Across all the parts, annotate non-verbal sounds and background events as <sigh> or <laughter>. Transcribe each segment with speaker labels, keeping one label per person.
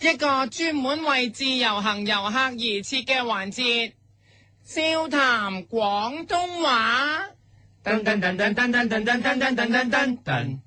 Speaker 1: 一個專門為自由行遊客而設嘅環節，笑談廣東話。噔噔噔噔噔噔噔噔噔噔噔噔噔。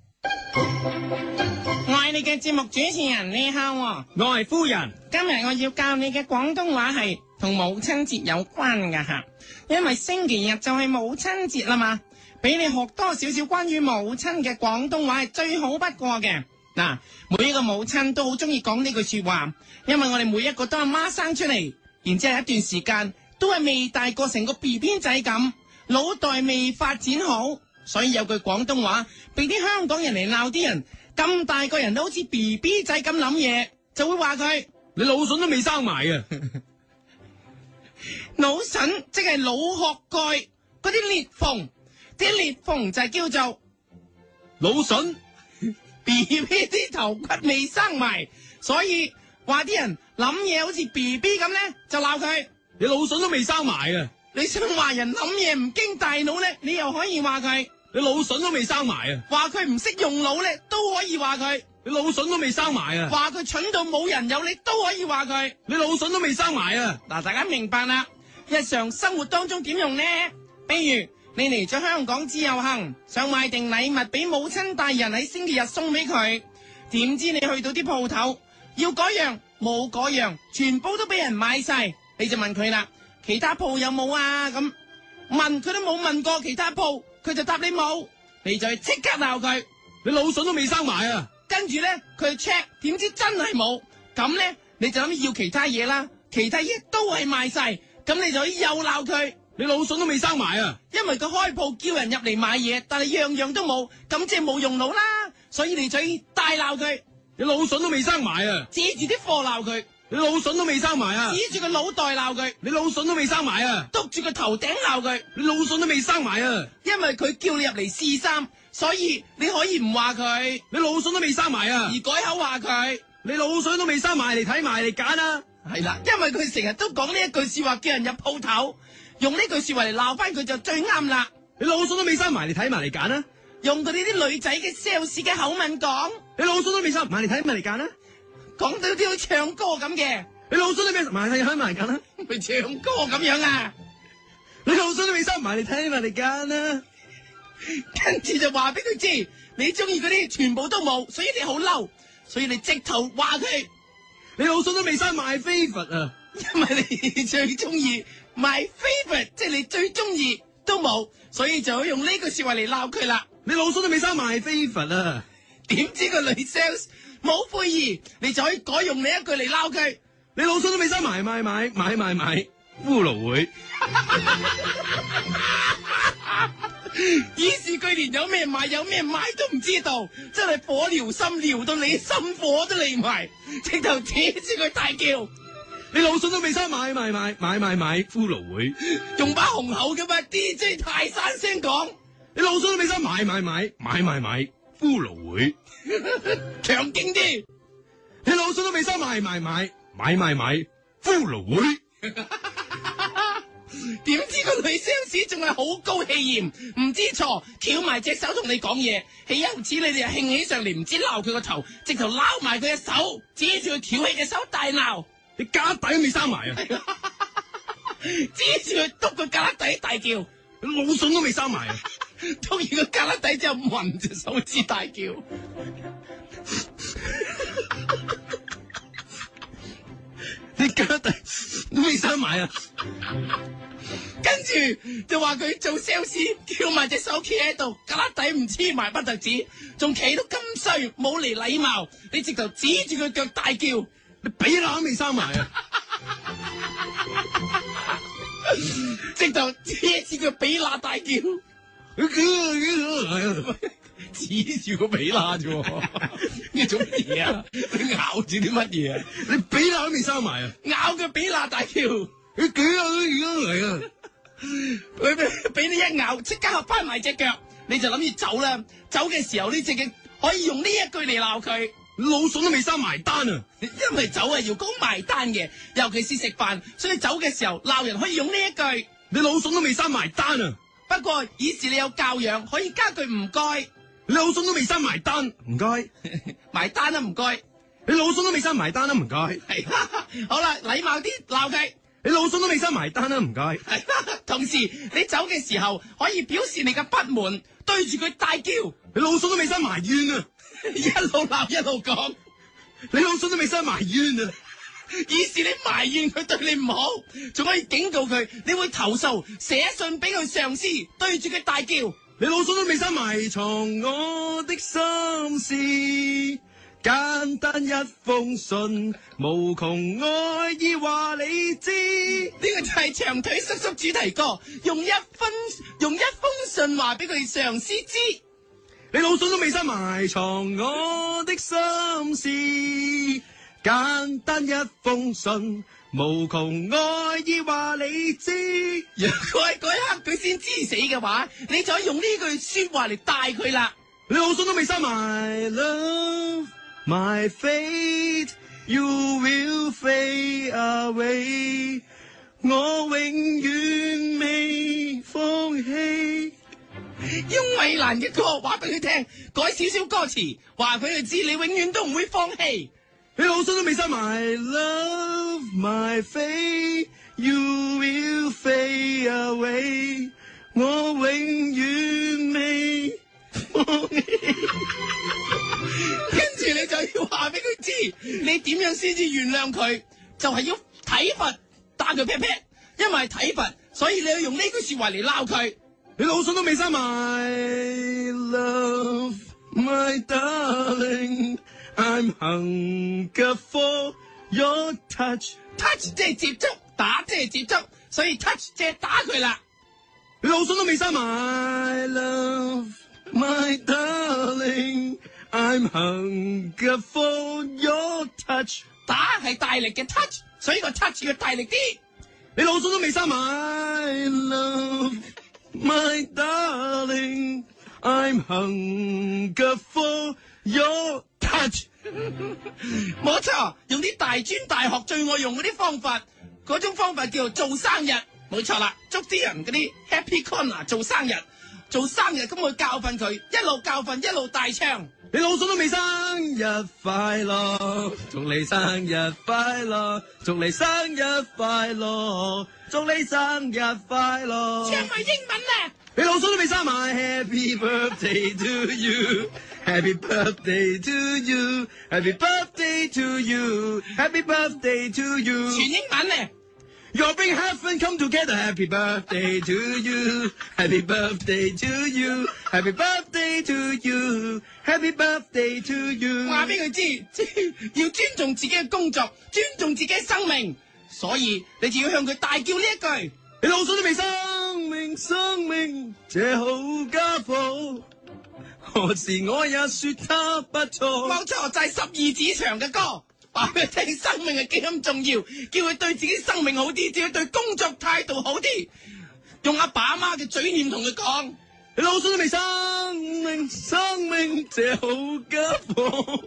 Speaker 1: 我係你嘅節目主持人，你好喎。
Speaker 2: 我係夫人，
Speaker 1: 今日我要教你嘅廣東話係同母親節有關噶吓，因為星期日就係母親節啦嘛，俾你學多少少關於母親嘅廣東話係最好不過嘅。嗱，每一個母親都好中意講呢句說話，因為我哋每一個都阿媽生出嚟，然之後一段時間都係未大過成個 B B 仔咁，腦袋未發展好，所以有句廣東話俾啲香港人嚟鬧啲人，咁大個人都好似 B B 仔咁諗嘢，就會話佢。
Speaker 2: 你腦筍都未生埋啊！
Speaker 1: <laughs> 腦筍即係腦殼蓋嗰啲裂縫，啲裂縫就係叫做
Speaker 2: 腦筍
Speaker 1: B B 啲頭骨未生埋，所以話啲人諗嘢好似 B B 咁咧，就鬧佢。
Speaker 2: 你腦筍都未生埋啊！
Speaker 1: 你想話人諗嘢唔經大腦咧，你又可以話佢；
Speaker 2: 你腦筍都未生埋啊！
Speaker 1: 話佢唔識用腦咧，都可以話佢；
Speaker 2: 你腦筍都未生埋啊！
Speaker 1: 話佢蠢到冇人有，你都可以話佢。
Speaker 2: 你腦筍都未生埋啊！
Speaker 1: 嗱，大家明白啦。日常生活當中點用呢？比如你嚟咗香港自由行，想買定禮物俾母親大人喺星期日送俾佢，點知你去到啲鋪頭，要嗰樣冇嗰樣，全部都俾人買晒，你就問佢啦，其他鋪有冇啊？咁問佢都冇問過其他鋪，佢就答你冇，你就去即刻鬧佢。
Speaker 2: 你腦筍都未生埋啊！
Speaker 1: 跟住咧佢 check，點知真係冇，咁咧你就諗要其他嘢啦，其他嘢都係賣晒，咁你就可以又鬧佢，
Speaker 2: 你腦筍都未生埋啊！
Speaker 1: 因為佢開鋪叫人入嚟買嘢，但係樣樣都冇，咁即係冇用腦啦，所以你就可以大鬧佢，
Speaker 2: 你腦筍都未生埋啊！
Speaker 1: 指住啲貨鬧佢，
Speaker 2: 你腦筍都未生埋啊！
Speaker 1: 指住個腦袋鬧佢，
Speaker 2: 你腦筍都未生埋啊！
Speaker 1: 督住個頭頂鬧佢，
Speaker 2: 你腦筍都未生埋啊！
Speaker 1: 因為佢叫你入嚟試衫，所以你可以唔話佢，
Speaker 2: 你腦筍都未生埋啊
Speaker 1: 而！改口話佢。
Speaker 2: 你腦筍都未生埋嚟睇埋嚟揀啊！
Speaker 1: 系啦，因为佢成日都讲呢一句说话，叫人入铺头，用呢句说话嚟闹翻佢就最啱啦。
Speaker 2: 你腦筍都未生埋嚟睇埋嚟揀啊！
Speaker 1: 用佢呢啲女仔嘅 sales 嘅口吻讲，
Speaker 2: 你腦筍都未生埋嚟睇埋嚟揀啊！
Speaker 1: 讲到啲好似唱歌咁
Speaker 2: <laughs>
Speaker 1: 嘅，
Speaker 2: 你腦筍都未生埋嚟睇埋嚟揀啊！
Speaker 1: 咪唱歌咁样啊。
Speaker 2: 你腦筍都未生埋嚟睇埋嚟揀啊！
Speaker 1: 跟住就话俾佢知，你中意嗰啲全部都冇，所以你好嬲，所以你直头话佢，
Speaker 2: 你老筍都未生埋 favorite 啊！
Speaker 1: 因为你最中意 my favorite，即系你最中意都冇，所以就可以用呢句说话嚟闹佢啦。
Speaker 2: 你老筍都未生埋 favorite 啊！
Speaker 1: 点知個女 sales 冇悔意，你就可以改用你一句嚟鬧佢。
Speaker 2: 你老筍都未生埋買買買買買骷髏會，
Speaker 1: 以是佢連有咩買有咩買都唔知道，真係火燎心，燎到你心火都嚟埋，直頭指住佢大叫，
Speaker 2: 你老筍都未生埋買買買買買骷髏會，
Speaker 1: 用把雄厚嘅嘛 DJ 啊泰山聲講，
Speaker 2: 你老筍都未生埋買買買買買骷髏會，
Speaker 1: 強勁啲。
Speaker 2: 你老筍都未生埋買買買買買骷髏會，
Speaker 1: 點知個女 sales 仲係好高氣焰，唔知錯，翹埋隻手同你講嘢，豈有此理！你又興起上嚟，唔知鬧佢個頭，直頭撈埋佢嘅手，指住佢翹起嘅手大鬧。
Speaker 2: 你家底都未生埋啊！
Speaker 1: 指住佢督個旮旯底大叫，
Speaker 2: 你老筍都未生埋啊！
Speaker 1: 督完個旮旯底之後聞隻手指大叫，
Speaker 2: 你家底都未生埋啊！
Speaker 1: 跟住就話佢做 sales 叫埋隻手企喺度，旮旯底唔黐埋不特止，仲企到咁衰，冇嚟禮貌，你直頭指住佢腳大叫，
Speaker 2: 你髀乸都未生埋啊！
Speaker 1: 直頭指住佢髀罅大叫，
Speaker 2: 指住個髀乸啫喎，
Speaker 1: 你做乜嘢啊？你咬住啲乜嘢啊？
Speaker 2: 你髀乸都未生埋啊！
Speaker 1: 咬佢髀罅大叫，
Speaker 2: 你幾啊？而家嚟啊！
Speaker 1: 佢俾俾你一咬，即刻合翻埋隻腳，你就諗住走啦。走嘅時候呢只嘅可以用呢一句嚟鬧佢。
Speaker 2: 老筍都未生埋單啊！
Speaker 1: 因為酒係要講埋單嘅，尤其是食飯，所以走嘅時候鬧人可以用呢一句。
Speaker 2: 你老筍都未生埋單啊！
Speaker 1: 不過以示你有教養，可以加句唔該，
Speaker 2: 你老筍都未生埋單，唔該。
Speaker 1: 埋單啦唔該。 <laughs>
Speaker 2: 你老笋都未生埋單啦，啊唔該。
Speaker 1: 系好啦，禮貌啲鬧佢。 <laughs>
Speaker 2: 你老笋都未生埋單啊啦，唔該。
Speaker 1: 同時你走嘅時候可以表示你嘅不滿，對住佢大叫， <laughs>
Speaker 2: 你老笋都未生埋怨啊！
Speaker 1: 一路鬧一路講。
Speaker 2: 你老笋都未生埋怨啊！
Speaker 1: 以示你埋怨佢對你唔好，仲可以警告佢，你會投訴，寫信俾佢上司，對住佢大叫。
Speaker 2: 你老笋都未生埋藏我的心事，簡單一封信，無窮愛意話你知。
Speaker 1: 呢個就係長腿叔叔主題歌，用一分用一封信話俾佢上司知。
Speaker 2: 你老笋都未生埋藏我的心事，簡單一封信，無窮愛意話你知。
Speaker 1: 如果喺嗰一刻佢先知死嘅話，你就可以用呢句说話嚟帶佢啦。
Speaker 2: 你老笋都未生埋 love my fate you will fade away，我永遠未放棄。
Speaker 1: 翁美蘭嘅歌話俾佢聽，改少少歌詞，話俾佢知你永遠都唔會放棄。
Speaker 2: 你老笋都未生埋 love my fate you will fade away，我永遠未放棄。
Speaker 1: 跟住你就要話俾佢知，你點樣先至原諒佢，就係要體罰打佢劈劈，因為係體罰，所以你要用呢句说話嚟鬧佢。
Speaker 2: 你老笋都未生埋，love my darling，I'm hungry for your touch。
Speaker 1: touch 即係接觸，打即係接觸，所以 touch 即係打佢啦。
Speaker 2: 你老笋都未生埋，love my darling，I'm hungry for your touch。
Speaker 1: 打係大力嘅 touch，所以個 touch 要大力啲。
Speaker 2: 你老笋都未生埋，love my darling，I'm hungry for your touch。
Speaker 1: 冇錯，用啲大專大學最愛用嗰啲方法，嗰種方法叫做做生日，冇錯啦。祝啲人嗰啲 Happy Corner 做生日，做生日咁我教訓佢，一路教訓一路大唱。
Speaker 2: 你老笋都未生日快樂，祝你生日快樂，祝你生日快樂，祝你生日快樂。
Speaker 1: 唱埋英文咧，
Speaker 2: 你老笋都未生埋，Happy birthday to you，Happy birthday to you，Happy birthday to you，Happy birthday to you。
Speaker 1: 全英文咧。
Speaker 2: Your big heaven come together. Happy birthday to you. Happy birthday to you. Happy birthday to you. Happy birthday to you.
Speaker 1: 话俾佢知， <laughs> 即要尊重自己嘅工作，尊重自己嘅生命，所以你就要向佢大叫呢一句。
Speaker 2: 你老水都未生命，生命这好家伙，何時我也說他不錯。
Speaker 1: 冇错，就系十二指腸嘅歌， <laughs> 话俾佢聽生命係幾咁重要，叫佢對自己生命好啲，叫佢對工作態度好啲，用阿爸阿媽嘅嘴臉同佢講。
Speaker 2: 你老水都未生命，生命這好家伙，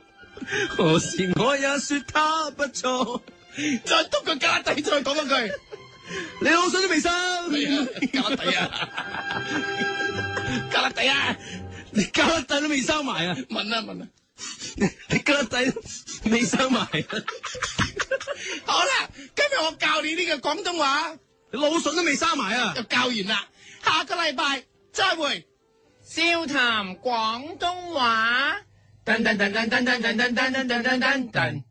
Speaker 2: 何時我也說他不錯。
Speaker 1: 再督佢家底，再講一句，
Speaker 2: 你老水都未生
Speaker 1: 係啊，家底啊，家底啊，
Speaker 2: 你加粒仔都未生埋啊！
Speaker 1: 問啊問啊。
Speaker 2: 你加粒仔都未生埋啊！
Speaker 1: 好啦，今日我教你呢個廣東話。
Speaker 2: 你老笋都未生埋啊！
Speaker 1: 就教完啦。下個禮拜再會。笑談廣東話。噔噔噔噔噔噔噔噔噔噔噔噔噔。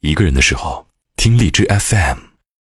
Speaker 3: 一个人的时候，听荔枝 FM。